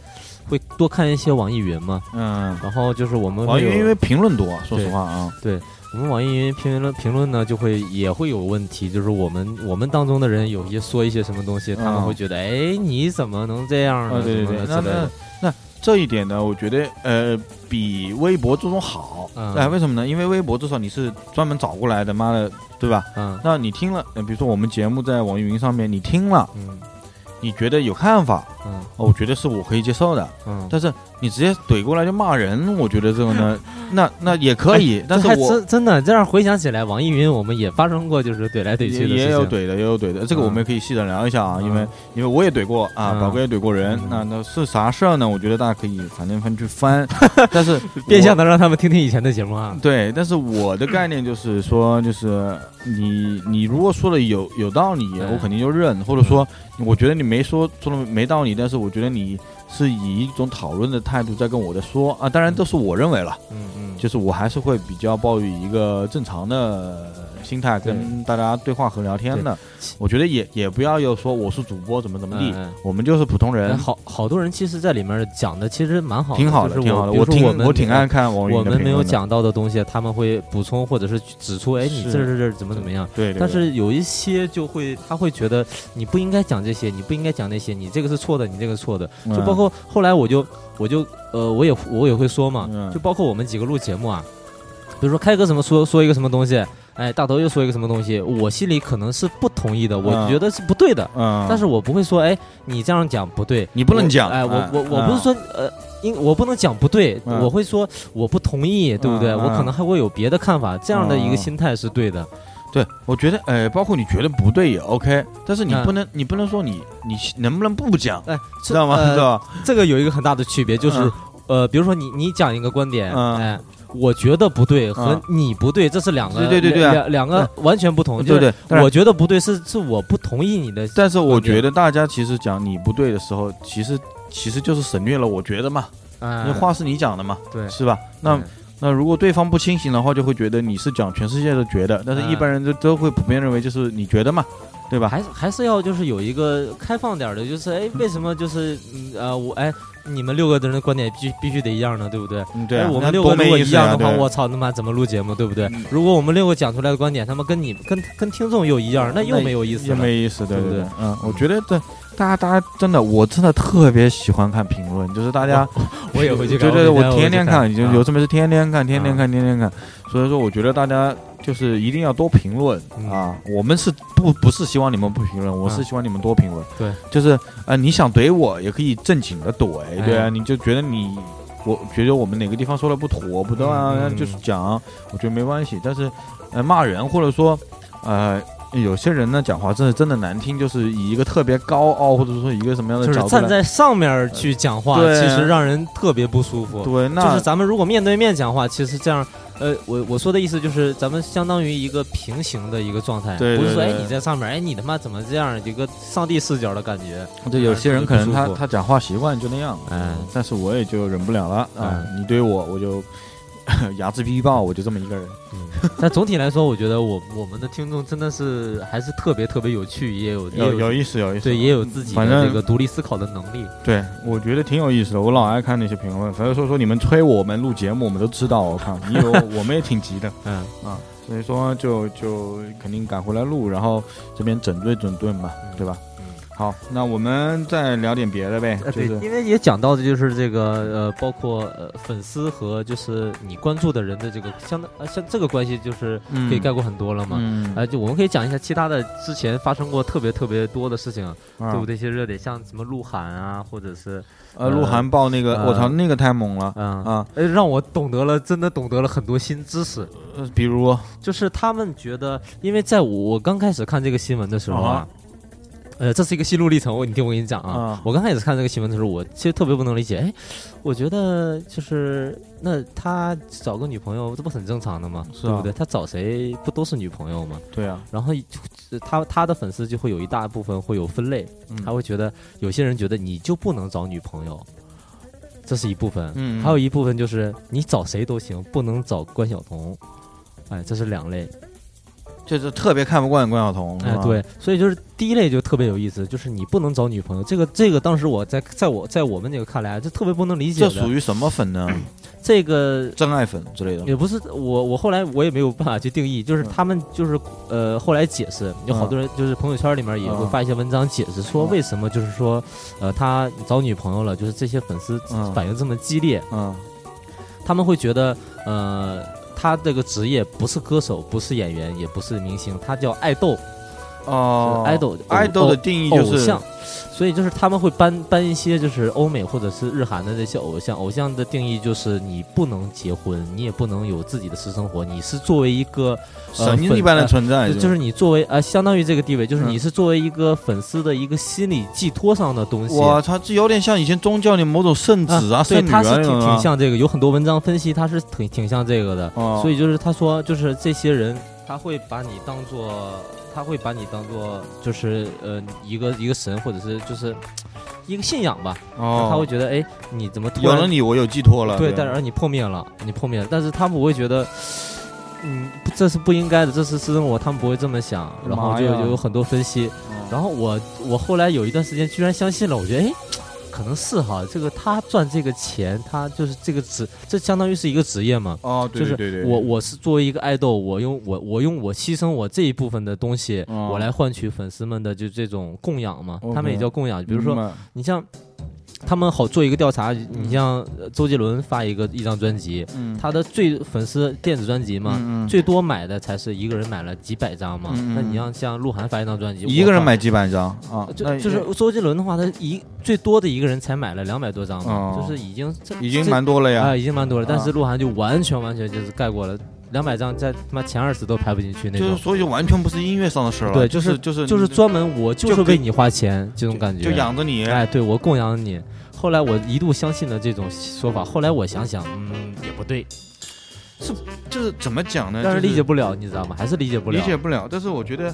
C: 会多看一些网易云嘛，
B: 嗯，
C: 然后就是我们
B: 网
C: 会
B: 易
C: 有
B: 云因为评论多，说实话啊。
C: 我嗯们网易云评论评论呢，就会也会有问题，就是我们我们当中的人有一些说一些什么东西，他们
B: 嗯
C: 会觉得，哎，你怎么能这样
B: 啊，
C: 呢？
B: 对对对，
C: 什
B: 那
C: 么的之类
B: 那
C: 的
B: 那这一点呢，我觉得呃比微博这种好，
C: 嗯
B: 哎，为什么呢？因为微博至少你是专门找过来的，妈的，对吧？
C: 嗯
B: 那你听了，呃比如说我们节目在网易云上面，你听了，
C: 嗯
B: 你觉得有看法，
C: 嗯
B: 哦，我觉得是我可以接受的。
C: 嗯，
B: 但是你直接怼过来就骂人，我觉得这个呢， [LAUGHS] 那那也可以，但是
C: 还
B: 我
C: 真真哎的这样回想起来，网易云我们也发生过就是怼来
B: 也
C: 怼去的事情，
B: 也有怼的，也有怼的，这个我们
C: 嗯
B: 也可以细的聊一下啊，
C: 嗯
B: 因为因为我也怼过啊，
C: 嗯
B: 宝哥也怼过人，
C: 嗯
B: 那那是啥事儿呢？我觉得大家可以反正翻去
C: [LAUGHS]
B: 翻，但是
C: 变
B: 我
C: 相的让他们听听以前的节目啊。
B: 对，但是我的概念就是说，就是你你如果说的有有道理，
C: 嗯
B: 我肯定就认，或者说我觉得你没说说的没道理，但是我觉得你是以一种讨论的态度在跟我在说啊，当然这是我认为了，
C: 嗯嗯
B: 就是我还是会比较抱于一个正常的心态跟大家对话和聊天的，我觉得也也不要有说我是主播怎么怎么地，
C: 嗯嗯
B: 我们就是普通人
C: 哎，好好多人其实在里面讲的其实蛮好
B: 挺好的，
C: 就是
B: 挺好的，
C: 比如说
B: 挺
C: 我们
B: 我挺爱。看网易
C: 我
B: 云的
C: 们没
B: 评
C: 有
B: 论的，
C: 讲到的东西，他们会补充或者是指出，哎，你
B: 是
C: 这这这怎么怎么样？
B: 对，对
C: 但
B: 对
C: 是有一些就会，他会觉得你不应该讲这些，你不应该讲那些，你这个是错的，你这个是错的。
B: 嗯
C: 就包括后来我就我就呃我也我也会说嘛，
B: 嗯
C: 就包括我们几个录节目啊，比如说开哥什么说说一个什么东西，哎，大头又说一个什么东西，我心里可能是不同意的，我
B: 嗯
C: 觉得是不对的，
B: 嗯，
C: 但是我不会说，哎，你这样讲不对，
B: 你不能讲
C: 我哎，我
B: 哎
C: 我我不是说呃。应我不能讲不对，
B: 嗯
C: 我会说我不同意，对不对？
B: 嗯
C: 我可能还会有别的看法，这样的
B: 嗯
C: 一个心态是对的。
B: 对，我觉得，呃，包括你觉得不对也 OK，但是你
C: 嗯
B: 不能，你不能说你，你能不能不讲，
C: 哎，
B: 知道吗？
C: 呃
B: 知道吧？
C: 这个有一个很大的区别，就是、
B: 嗯
C: 呃，比如说你你讲一个观点，
B: 嗯
C: 哎，我觉得不对和你不对，这是两个
B: 对对对对啊
C: 两两个完全不同。
B: 对对，
C: 就是
B: 但
C: 我
B: 是
C: 觉得不对是是我不同意你的，
B: 但是我
C: 观点
B: 觉得大家其实讲你不对的时候，其实其实就是省略了我觉得嘛，
C: 哎
B: 那话是你讲的嘛，
C: 对，
B: 是吧？那那如果对方不清醒的话，就会觉得你是讲全世界都觉得，但是一般人都都会普遍认为就是你觉得嘛，对吧？
C: 还是还是要就是有一个开放点儿的，就是哎，为什么就是嗯呃我哎你们六个人的观点必须必须得一样呢，对不对？
B: 嗯，对
C: 哎
B: 啊，
C: 我
B: 那
C: 们六
B: 多
C: 个如
B: 没
C: 果
B: 意
C: 一
B: 思啊
C: 样的话，
B: 对嗯
C: 我操，他妈怎么录节目，对不对？如果我们六个讲出来的观点，他们跟你跟跟听众又一样，那又没有意思
B: 又
C: 了。
B: 没意思，对
C: 对不
B: 对
C: 对？
B: 嗯，我觉得这大家大家真的，我真的特别喜欢看评论，就是大家
C: 我也会去
B: 对
C: 看，
B: 对对，
C: 我
B: 我
C: 每
B: 天天
C: 看，嗯
B: 看，就
C: 啊
B: 有这么是天天看，天天看，天天看，所以说我觉得大家。就是一定要多评论
C: 嗯
B: 啊！我们是不不是希望你们不评论，我是
C: 嗯
B: 希望你们多评论。
C: 对，
B: 就是呃，你想怼我也可以正经的怼，对啊，
C: 哎
B: 你就觉得你，我觉得我们哪个地方说的不妥，不对啊，
C: 嗯嗯
B: 就是讲，我觉得没关系。但是，呃，骂人或者说，呃，有些人呢讲话真的真的难听，就是以一个特别高傲或者说一个什么样的
C: 就是
B: 角度
C: 站
B: 来，
C: 在上面儿去讲话，
B: 对
C: 其实让人特别不舒服。
B: 对，那
C: 就是咱们如果面对面讲话，其实这样，呃，我我说的意思就是，咱们相当于一个平行的一个状态，
B: 对对
C: 不是说哎
B: 对
C: 你在上面，哎你他妈怎么这样，一个上帝视角的感觉。 [LAUGHS]
B: 对，有些人可能他
C: 不舒服
B: 他讲话习惯就那样，
C: 嗯
B: 但是我也就忍不了了
C: 哎
B: 啊！你对我，我就 [LAUGHS] 睚眦必报，我就这么一个人。
C: 但总体来说，我觉得我我们的听众真的是还是特别特别有趣，也有也
B: 有有意思，有意思，
C: 对，也有自己
B: 反
C: 的
B: 正
C: 这个独立思考的能力。
B: 对，我觉得挺有意思的。我老爱看那些评论，反正说说你们催我们录节目，我们都知道。我靠，你以为我我们也挺急的
C: 嗯，
B: 啊，所以说就就肯定赶回来录，然后这边整顿整顿嘛，对吧？
C: 嗯
B: 好，那我们再聊点别的呗，
C: 呃，
B: 就
C: 对，
B: 是
C: 因为也讲到的就是这个呃，包括呃粉丝和就是你关注的人的这个相当呃像这个关系，就是
B: 嗯
C: 可以概括很多了嘛。
B: 嗯，
C: 呃，就我们可以讲一下其他的之前发生过特别特别多的事情，
B: 啊
C: 对不？对？一些热点，像什么鹿晗啊，或者是
B: 呃，鹿晗爆那个，
C: 呃
B: 我操，那个太猛了
C: 嗯，
B: 啊！
C: 呃让我懂得了，真的懂得了很多新知识。
B: 呃比如
C: 就是他们觉得，因为在我我刚开始看这个新闻的时候啊，呃，这是一个心路历程。我你听我跟你讲啊，
B: 啊
C: 我刚开始看这个新闻的时候，我其实特别不能理解。哎，我觉得就是那他找个女朋友，这不很正常的吗？
B: 是啊
C: 对不对？他找谁不都是女朋友吗？
B: 对啊，
C: 然后就他他的粉丝就会有一大部分会有分类，
B: 嗯
C: 他会觉得有些人觉得你就不能找女朋友，这是一部分。
B: 嗯
C: 还有一部分就是你找谁都行，不能找关晓彤。哎，这是两类。
B: 就是特别看不惯关晓彤，是
C: 哎，
B: 吧
C: 对，所以就是第一类就特别有意思，就是你不能找女朋友。这个这个，当时我在在我在我们这个看来啊，就特别不能理解
B: 这
C: 的。
B: 属于什么粉
C: [CLEARS THROAT]
B: 呢？
C: 这个
B: 真爱粉之类的
C: 也不是我，我后来我也没有办法去定义，就是
B: 嗯
C: 他们就是呃，后来解释有好多人就是朋友圈里面也会
B: 嗯
C: 发一些文章解释说为什么就是说呃他找女朋友了，就是这些粉丝
B: 嗯
C: 反应这么激烈，
B: 嗯
C: 他们会觉得呃他这个职业不是歌手，不是演员，也不是明星，他叫爱豆，
B: 哦
C: 爱豆
B: 爱豆的定义就
C: 偶
B: 是
C: 像，所以就是他们会搬搬一些就是欧美或者是日韩的这些偶像，偶像的定义就是你不能结婚，你也不能有自己的私生活，你是作为一个
B: 神一般的存在，
C: 就是你作呃为呃相当于这个地位，就是
B: 嗯
C: 你是作为一个粉丝的一个心理寄托上的东西。
B: 我操，这有点像以前宗教里某种圣旨
C: 啊，
B: 圣
C: 对，
B: 女
C: 他
B: 啊
C: 是
B: 那
C: 挺
B: 种
C: 挺
B: 啊。
C: 像这个，有很多文章分析，他是挺挺像这个的。
B: 哦
C: 所以就是他说，就是这些人，他会把你当做，他会把你当做，就是呃一个一个神，或者是就是一个信仰吧。
B: 哦，
C: 他会觉得，哎，你怎么突
B: 有
C: 然
B: 了你，我有寄托了。
C: 对，但是而你破灭了，你破灭了，但是他们不会觉得。嗯，不这是不应该的，这是私生活，他们不会这么想，然后
B: 妈
C: 就
B: 呀
C: 就有很多分析。
B: 哦
C: 然后我我后来有一段时间居然相信了，我觉得哎，可能是哈，这个他赚这个钱，他就是这个职，这相当于是一个职业嘛。
B: 哦，对对对
C: 就
B: 对，
C: 是我我是作为一个爱豆，我用我我用我牺牲我这一部分的东西，
B: 哦
C: 我来换取粉丝们的就这种供养嘛，
B: OK
C: 他们也叫供养。比如说
B: 明白
C: 你像他们好做一个调查，你像呃周杰伦发一个一张专辑，
B: 嗯
C: 他的最粉丝电子专辑嘛。
B: 嗯嗯
C: 最多买的才是一个人买了几百张嘛，
B: 嗯嗯
C: 那你要像鹿晗发一张专辑，
B: 一个人
C: 我靠
B: 买几百张啊？
C: 就
B: 那
C: 就是周杰伦的话，他一最多的一个人才买了两百多张嘛，
B: 哦
C: 就是已经这
B: 已经
C: 这
B: 蛮多了
C: 啊、
B: 呀。
C: 已经蛮多了。但
B: 啊
C: 是鹿晗就完全完全就是盖过了两百张，在他妈前二十都排不进去那
B: 就是
C: 种。
B: 所以完全不是音乐上的事儿了，
C: 对
B: 就
C: 就是是
B: 就是
C: 就是专门我就是
B: 就给
C: 为你花钱这种感觉，
B: 就养着你。
C: 哎，对我供养你。后来我一度相信了这种说法，后来我想想，嗯，也不对，
B: 就是怎么讲呢？
C: 但是
B: 就
C: 理解不了，你知道吗？还是理解不了。
B: 理解不了，但是我觉得，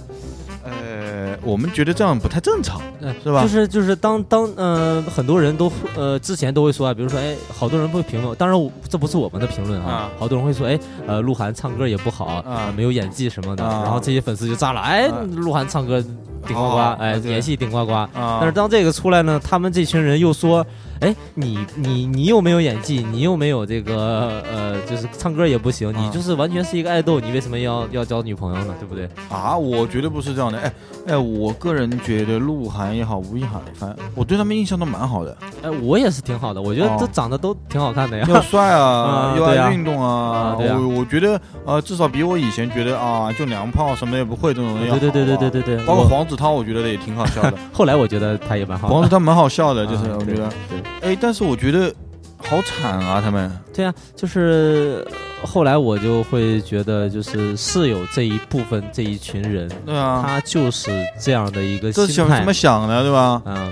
B: 呃，我们觉得这样不太正常，
C: 嗯
B: 是吧
C: 就是就是当当呃，很多人都呃之前都会说啊，比如说哎，好多人会评论，当然我这不是我们的评论啊
B: 啊，
C: 好多人会说哎，呃，鹿晗唱歌也不好，呃没有演技什么的，
B: 啊
C: 然后这些粉丝就炸了，哎
B: 啊，
C: 鹿晗唱歌顶呱
B: 好
C: 呱
B: 好，
C: 哎，
B: 对
C: 演戏顶呱呱。
B: 啊
C: 但是当这个出来呢，他们这群人又说，哎，你你你又没有演技，你又没有这个呃，就是唱歌也不行，你
B: 啊
C: 就是完全是一个爱豆，你为什么要要交女朋友呢？对不对？
B: 啊，我觉得不是这样的。哎哎，我个人觉得鹿晗也好，吴亦凡也好，我对他们印象都蛮好
C: [LAUGHS]
B: 的，
C: 哎，我也是挺好的，我觉得
B: 哦
C: 这长得都挺好看的呀。
B: 又帅啊
C: 啊，
B: 又
C: 对啊
B: 爱运动啊
C: 啊。对啊
B: 我我觉得呃，至少比我以前觉得啊，就娘炮什么也不会这种人要
C: 对对对
B: 好
C: 对
B: 啊
C: 对对对，
B: 包括
C: 我
B: 黄子韬，我觉得也挺好笑的。
C: [LAUGHS] 后来我觉得他也蛮好
B: 黄
C: 的。
B: 子韬蛮好笑的，就是
C: 啊
B: 我
C: 对
B: 觉得
C: 对，
B: 哎，但是我觉得好惨啊，他们
C: 对啊，就是呃后来我就会觉得，就是是有这一部分这一群人，
B: 对啊，
C: 他就是这样的一个
B: 这
C: 心
B: 想
C: 态
B: 怎么想的，对吧？
C: 啊，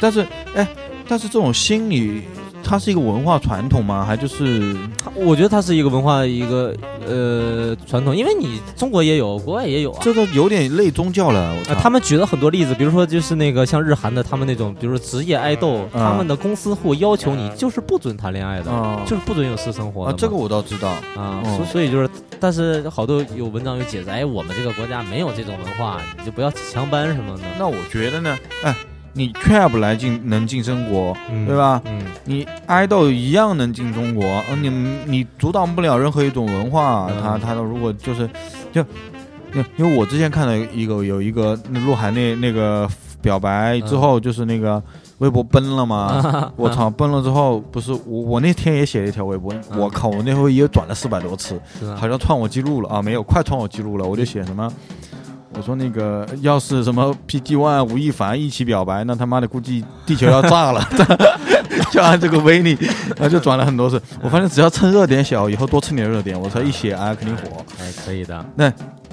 B: 但是哎，但是这种心理，它是一个文化传统吗？还就是
C: 他我觉得他是一个文化一个呃传统，因为你中国也有，国外也有啊。
B: 这个有点类宗教了，我操
C: 啊，他们举了很多例子，比如说就是那个像日韩的他们那种，比如说职业爱豆，
B: 嗯
C: 他们的公司会要求你就是不准谈恋爱的，
B: 啊
C: 就是不准有私生活的
B: 啊
C: 嘛。，
B: 这个我倒知道，
C: 啊，
B: 嗯
C: 所所以就是，但是好多有文章有解释，哎，我们这个国家没有这种文化，你就不要强搬什么的，
B: 那我觉得呢，哎，你 trap 来进能进中国，
C: 嗯
B: 对吧？
C: 嗯，
B: 你爱豆一样能进中国，呃你你阻挡不了任何一种文化。
C: 嗯
B: 他他如果就是就，因因为我之前看到一个有一个那鹿晗那那个表白之后，就是那个微博崩了嘛， [LAUGHS] 我操崩了之后，不是我我那天也写了一条微博，
C: 嗯
B: 我靠，我那回也转了四百多次，
C: 是吧
B: 好？像创我记录了啊，没有，快创我记录了，我就写什么。我说那个，呃要是什么 PG One、吴亦凡一起表白，那他妈的估计地球要炸了， [LAUGHS] 就按这个威力，然后就转了很多次。我发现只要趁热点写，以后多蹭点热点，我操，一写啊肯定火。
C: 哎，可以的，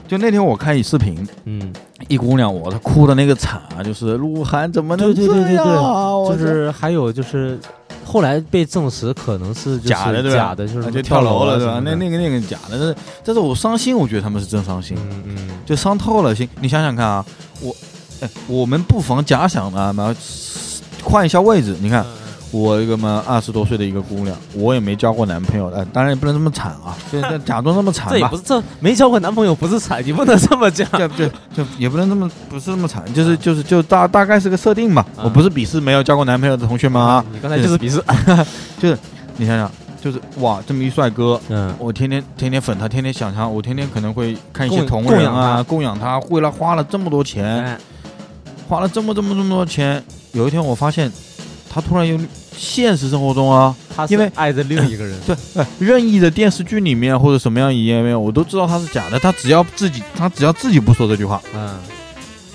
B: 就那天我看一视频，
C: 嗯，
B: 一姑娘我她哭的那个惨啊，就是鹿晗怎么能
C: 对对对对
B: 这
C: 对
B: 样啊？我
C: 就
B: 操
C: 是还有就是，后来被证实可能是就是
B: 假的对吧？
C: 假的，就是
B: 啊
C: 什
B: 就
C: 么
B: 跳
C: 楼
B: 楼了
C: 对
B: 对吧？那那个那个假的，但是但是我伤心，我觉得他们是真伤心。
C: 嗯嗯，
B: 就伤透了心。你想想看啊，我，哎，我们不妨假想啊，嘛，换一下位置。你看，
C: 嗯
B: 我一个嘛二十多岁的一个姑娘，我也没交过男朋友，哎，当然也不能这么惨
C: [LAUGHS]
B: 啊，就就假装这么惨
C: 这也
B: 吧
C: 不。是这没交过男朋友不是惨，你不能这么讲。
B: 就就就也不能这么不是这么惨，
C: 嗯
B: 就是就是就大大概是个设定吧。我不是鄙视没有交过男朋友的同学们 [LAUGHS] 啊，
C: 你刚才就是鄙视，
B: 你想想，就是哇，这么一帅哥，
C: 嗯，
B: 我天天天天粉他，天天想他，我天天可能会看一些
C: 供
B: 同
C: 供
B: 人
C: 养
B: 啊，供养他，为了花了这么多钱，
C: 哎
B: 花了这么这么这么多钱，有一天我发现，他突然有现实生活中啊，
C: 他是
B: 因为
C: 爱着另一个人，
B: 对，哎任意的电视剧里面或者什么样一页面，我都知道他是假的。他只要自己，他只要自己不说这句话，
C: 嗯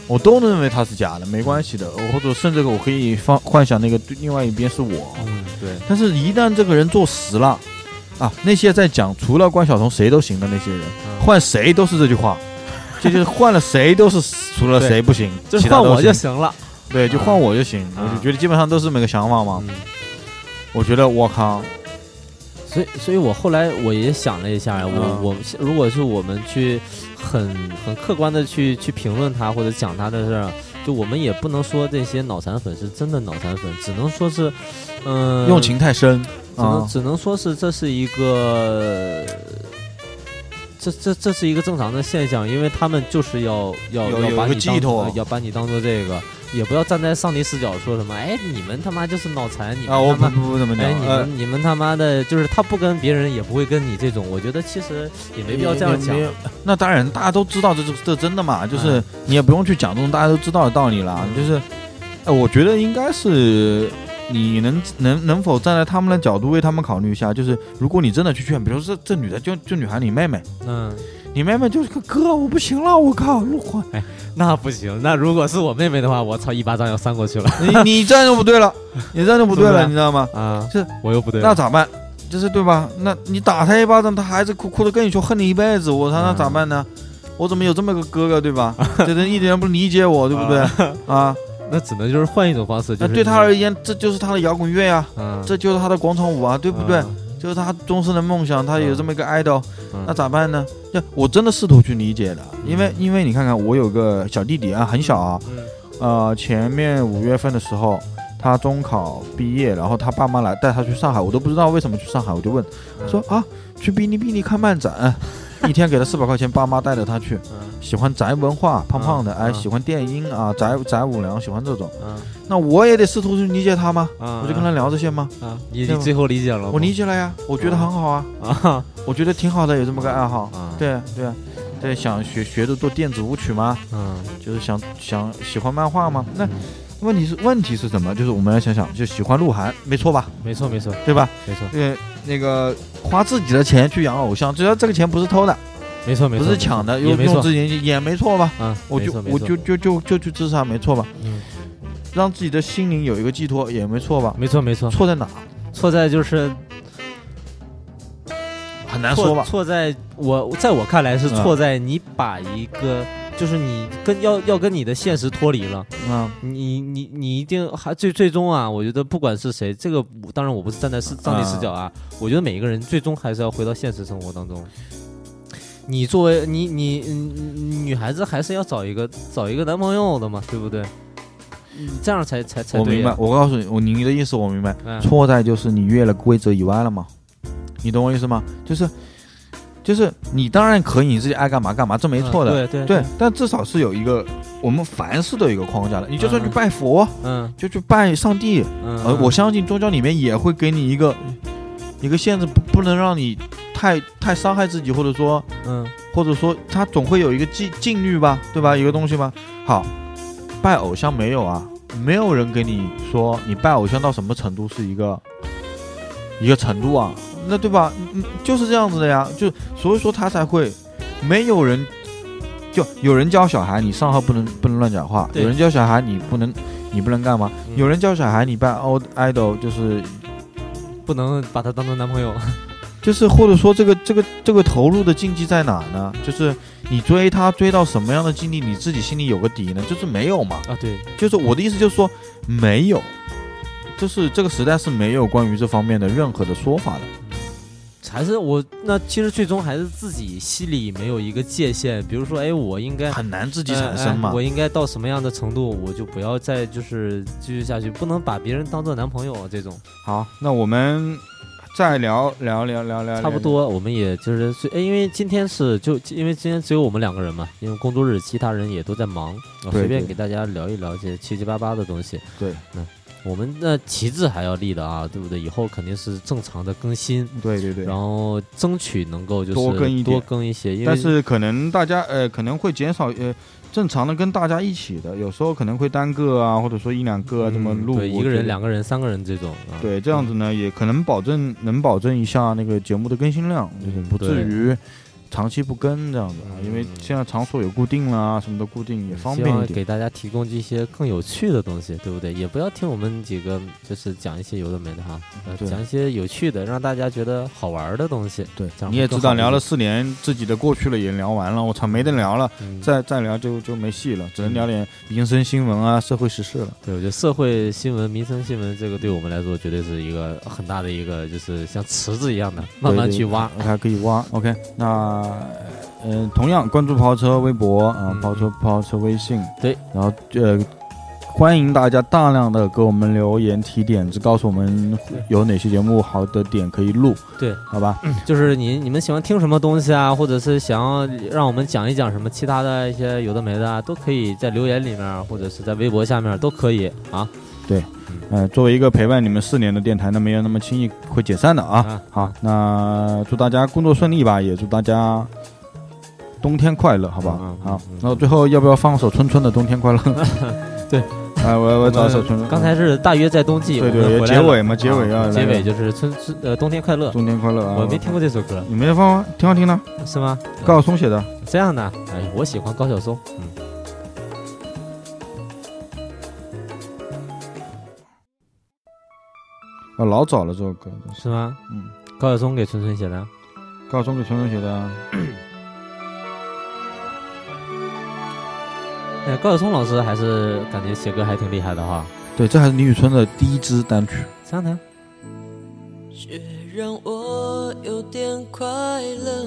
B: 我都能认为他是假的，没关系的。我或者甚至我可以放幻想那个对另外一边是我，
C: 嗯，对，
B: 但是一旦这个人坐实了，啊，那些在讲除了关晓彤谁都行的那些人，换谁都是这句话。这就是换了谁都是除了
C: 对
B: 谁不行，
C: 就
B: 其
C: 是
B: 他
C: 换
B: 都
C: 我就
B: 行
C: 行了。
B: 对，就换我就行。
C: 啊
B: 我就觉得基本上都是这么个想法嘛。
C: 嗯
B: 我觉得我靠，
C: 所以，所以我后来我也想了一下，我、
B: 嗯
C: 我如果是我们去很很客观的去去评论他或者讲他的事儿，就我们也不能说这些脑残粉是真的脑残粉，只能说是，嗯、
B: 用情太深
C: 只能、
B: 啊，
C: 只能说是这是一个，这这这是一个正常的现象，因为他们就是要要
B: 有有一
C: 要把你
B: 个
C: 当
B: 寄托
C: 呃要把你当做这个，也不要站在上帝视角说什么，哎，你们他妈就是脑残，你们
B: 啊，我
C: 他
B: 不
C: 妈
B: 不不怎么讲
C: 嗯哎，，你
B: 呃
C: 们你们他妈的，就是他不跟别人，也不会跟你这种。我觉得其实也没必要这样讲。。
B: 那当然，大家都知道这这这真的
C: 嗯
B: 嘛，就是你也不用去讲这种大家都知道的道理啦。就是，哎，我觉得应该是。你能能能否站在他们的角度为他们考虑一下？就是如果你真的去劝，比如说这这女的就就女孩，你妹妹，
C: 嗯，
B: 你妹妹就是个哥，我不行了，我靠，陆欢，
C: 那不行。那如果是我妹妹的话，我操，一巴掌要扇过去了
B: 你你这样就不对了，你这样就不对
C: 怎么 [LAUGHS]
B: 了，
C: 了
B: 你知道吗？
C: [LAUGHS] 啊！
B: 是
C: 我又不对了。
B: 那咋办？就是对吧？那你打他一巴掌，他还是哭哭的跟你说恨你一辈子，我操，那咋
C: 嗯
B: 办呢？我怎么有这么个哥哥，对
C: [LAUGHS]
B: 吧？这人一点不理解我，对不对？啊，
C: 那只能就是换一种方式，就
B: 那
C: 是
B: 对他而
C: 言，
B: 言，这就是他的摇滚乐呀、
C: 嗯，
B: 这就是他的广场舞啊，对不对？
C: 嗯
B: 就是他终身的梦想，他有这么一个 idol，、
C: 嗯
B: 那咋办呢？就我真的试图去理解的，因为因为你看看，我有个小弟弟啊，很小啊，
C: 嗯
B: 呃，前面五月份的时候，他中考毕业，然后他爸妈来带他去上海，我都不知道为什么去上海，我就问
C: 嗯
B: 说啊，去哔哩哔哩看漫
C: [LAUGHS]
B: 展，一天给他四百块钱，爸妈带着他去，
C: 嗯
B: 喜欢宅文化，胖胖的，
C: 嗯
B: 哎，
C: 嗯
B: 喜欢电音啊，宅宅舞娘，喜欢这种，
C: 嗯
B: 那我也得试图去理解他吗？
C: 嗯，嗯
B: 我就跟他聊这些吗？
C: 他，你你最后理解了吗？
B: 我理解了呀，我觉得很好啊，
C: 啊
B: 我觉得挺好的，有这么个爱好。
C: 啊，
B: 对对对，想学学着做电子舞曲吗？
C: 嗯
B: 就是想想喜欢漫画吗？那问题是问题是什么？就是我们来想想，就喜欢鹿晗，没错吧？
C: 没错没错
B: 对吧？
C: 没错
B: 对，那个花自己的钱去养偶像，只要这个钱不是偷的，
C: 没错没
B: 不
C: 错，
B: 是抢的，
C: 也
B: 用
C: 没
B: 用
C: 错
B: 自，己也没错吧？
C: 嗯，
B: 我
C: 没
B: 就
C: 错没
B: 我
C: 错
B: 就就就就去支持他，没错吧？
C: 嗯，
B: 让自己的心灵有一个寄托，也没错吧？
C: 没错没错，
B: 错在哪？
C: 错在就是
B: 很难说
C: 错
B: 吧？
C: 错在我在我看来是
B: 嗯
C: 错在你把一个。就是你跟要要跟你的现实脱离了，
B: 嗯
C: 你你你一定还最最终啊，我觉得不管是谁，这个我当然我不是站在是上帝视角啊，
B: 嗯
C: 我觉得每一个人最终还是要回到现实生活当中。你作为你你你女孩子还是要找一个找一个男朋友的嘛，对不对？嗯这样才才才
B: 我
C: 对
B: 明白
C: 呀。，
B: 我告诉你，我你的意思我明白。
C: 嗯
B: 错在就是你越了规则以外了嘛，你懂我意思吗？就是，就是你当然可以你自己爱干嘛干嘛，这没错的，
C: 嗯对对
B: 对，但至少是有一个我们凡事都有一个框架的。你就说你拜佛，啊
C: 嗯
B: 就去拜上帝，
C: 嗯，
B: 呃，我相信宗教里面也会给你一个一个限制，不不能让你太太伤害自己，或者说
C: 嗯
B: 或者说他总会有一个禁禁律吧，对吧？有个东西吧。好，拜偶像没有啊，没有人给你说你拜偶像到什么程度是一个一个程度啊，那对吧？嗯，嗯就是这样子的呀，就所以说他才会没有人。就有人教小孩，你上课不能不能乱讲话；
C: 对
B: 有人教小孩，你不能你不能干嘛？
C: 嗯
B: 有人教小孩，你拜 o idol 就是
C: 不能把她当成男朋友。
B: 啊就是或者说这个这个这个投入的禁忌在哪呢？就是你追他追到什么样的境地，你自己心里有个底呢？就是没有嘛。
C: 啊，对，
B: 就是我的意思就是说没有，就是这个时代是没有关于这方面的任何的说法的。
C: 还是我那其实最终还是自己心里没有一个界限，比如说，哎，我应该。
B: 很难自己产生
C: 哎
B: 嘛
C: 哎我。应该到什么样的程度，我就不要再就是继续下去，不能把别人当做男朋友啊这种。
B: 好，那我们再聊聊聊聊聊，
C: 差不多，我们也就是是哎，因为今天是就因为今天只有我们两个人嘛，因为工作日其他人也都在忙，
B: 对
C: 啊随便
B: 对
C: 给大家聊一聊这七七八八的东西。
B: 对，
C: 那我们那旗帜还要立的啊，对不对？以后肯定是正常的更新，
B: 对对对。
C: 然后争取能够就是
B: 多更一点
C: 多更一些，因为嗯
B: 但是可能大家呃可能会减少呃正常的跟大家一起的，有时候可能会单个啊，或者说一两个啊这么
C: 嗯
B: 录。
C: 对一
B: 我
C: 个
B: 觉
C: 人、
B: 得
C: 两个人、三个人这种啊。
B: 对，这样子呢，也可能保证能保证一下那个节目的更新量，就是不至于长期不更这样子啊。
C: 嗯
B: 因为现在场所有固定啦，什么都固定，也方
C: 希
B: 便
C: 望
B: 一点。
C: 给大家提供一些更有趣的东西，对不对？也不要听我们几个就是讲一些有的没的哈，呃
B: 对
C: 讲一些有趣的，让大家觉得好玩的东西。
B: 对
C: 这，样
B: 你也
C: 会更
B: 知道，
C: 好一
B: 聊了
C: 点
B: 四年，自己的过去了也聊完了，我操，没得聊了，
C: 嗯，
B: 再再聊就就没戏了，只能聊点民生新闻啊、社会时事了。
C: 对我觉得社会新闻、民生新闻这个对我们来说绝对是一个很大的一个，就是像池子一样的慢慢
B: 对
C: 去挖。，
B: 对还可以挖。OK，那嗯、呃同样关注跑车微博啊、
C: 嗯
B: 跑车跑车微信，
C: 对，
B: 然后呃，欢迎大家大量的给我们留言提点子，告诉我们有哪些节目好的点可以录，
C: 对，
B: 好吧？
C: 就是你你们喜欢听什么东西啊，或者是想要让我们讲一讲什么其他的一些有的没的啊，都可以在留言里面，或者是在微博下面都可以啊。
B: 呃，作为一个陪伴你们四年的电台，那没有那么轻易会解散的啊。
C: 啊
B: 好，那祝大家工作顺利吧，也祝大家。冬天快乐，好不好？
C: 嗯嗯嗯
B: 好
C: 嗯，？
B: 那最后要不要放首春春的《冬天快乐》
C: [LAUGHS] 对，
B: 哎，我我找一首春春。
C: 刚才是大约在冬季，
B: 对
C: 我们
B: 对，
C: 回来
B: 结
C: 了
B: 尾嘛，结尾要
C: 啊结
B: 来
C: 尾
B: 个
C: 就是春春呃冬天快乐，
B: 冬天快乐啊！
C: 我没听过嗯这首歌
B: 你没放吗？挺好听的，
C: 是吗？
B: 高晓松写的。
C: 这样的，哎，我喜欢高晓松，嗯。
B: 哦，老早了这首歌，
C: 是吗？
B: 嗯，
C: 高晓松给春春写的。
B: 高晓松给春春写的啊。
C: 哎，高晓松老师还是感觉写歌还挺厉害的哈。
B: 对，这还是李宇春的第一支单曲。
C: 这样的，
A: 雪让我有点快乐。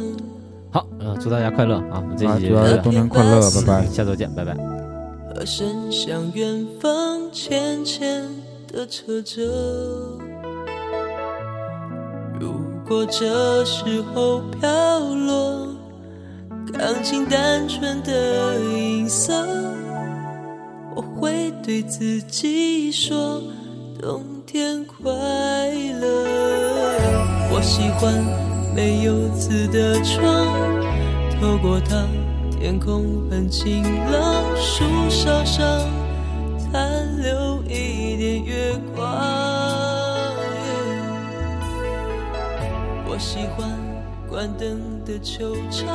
C: 好，嗯、祝大家快乐啊！我们这
B: 啊，
C: 期节
B: 祝大
C: 目就
B: 家
C: 这样
B: 冬天快乐，拜拜。
C: 下周见，拜拜。
A: 和声向远方浅浅的扯着。如果这时候飘落，钢琴单纯的音色，我会对自己说，冬天快乐。我喜欢没有字的窗。透过它，天空很晴朗，树梢上残留一点月光。我喜欢关灯的球场，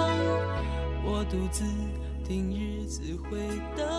A: 我独自听日子回荡。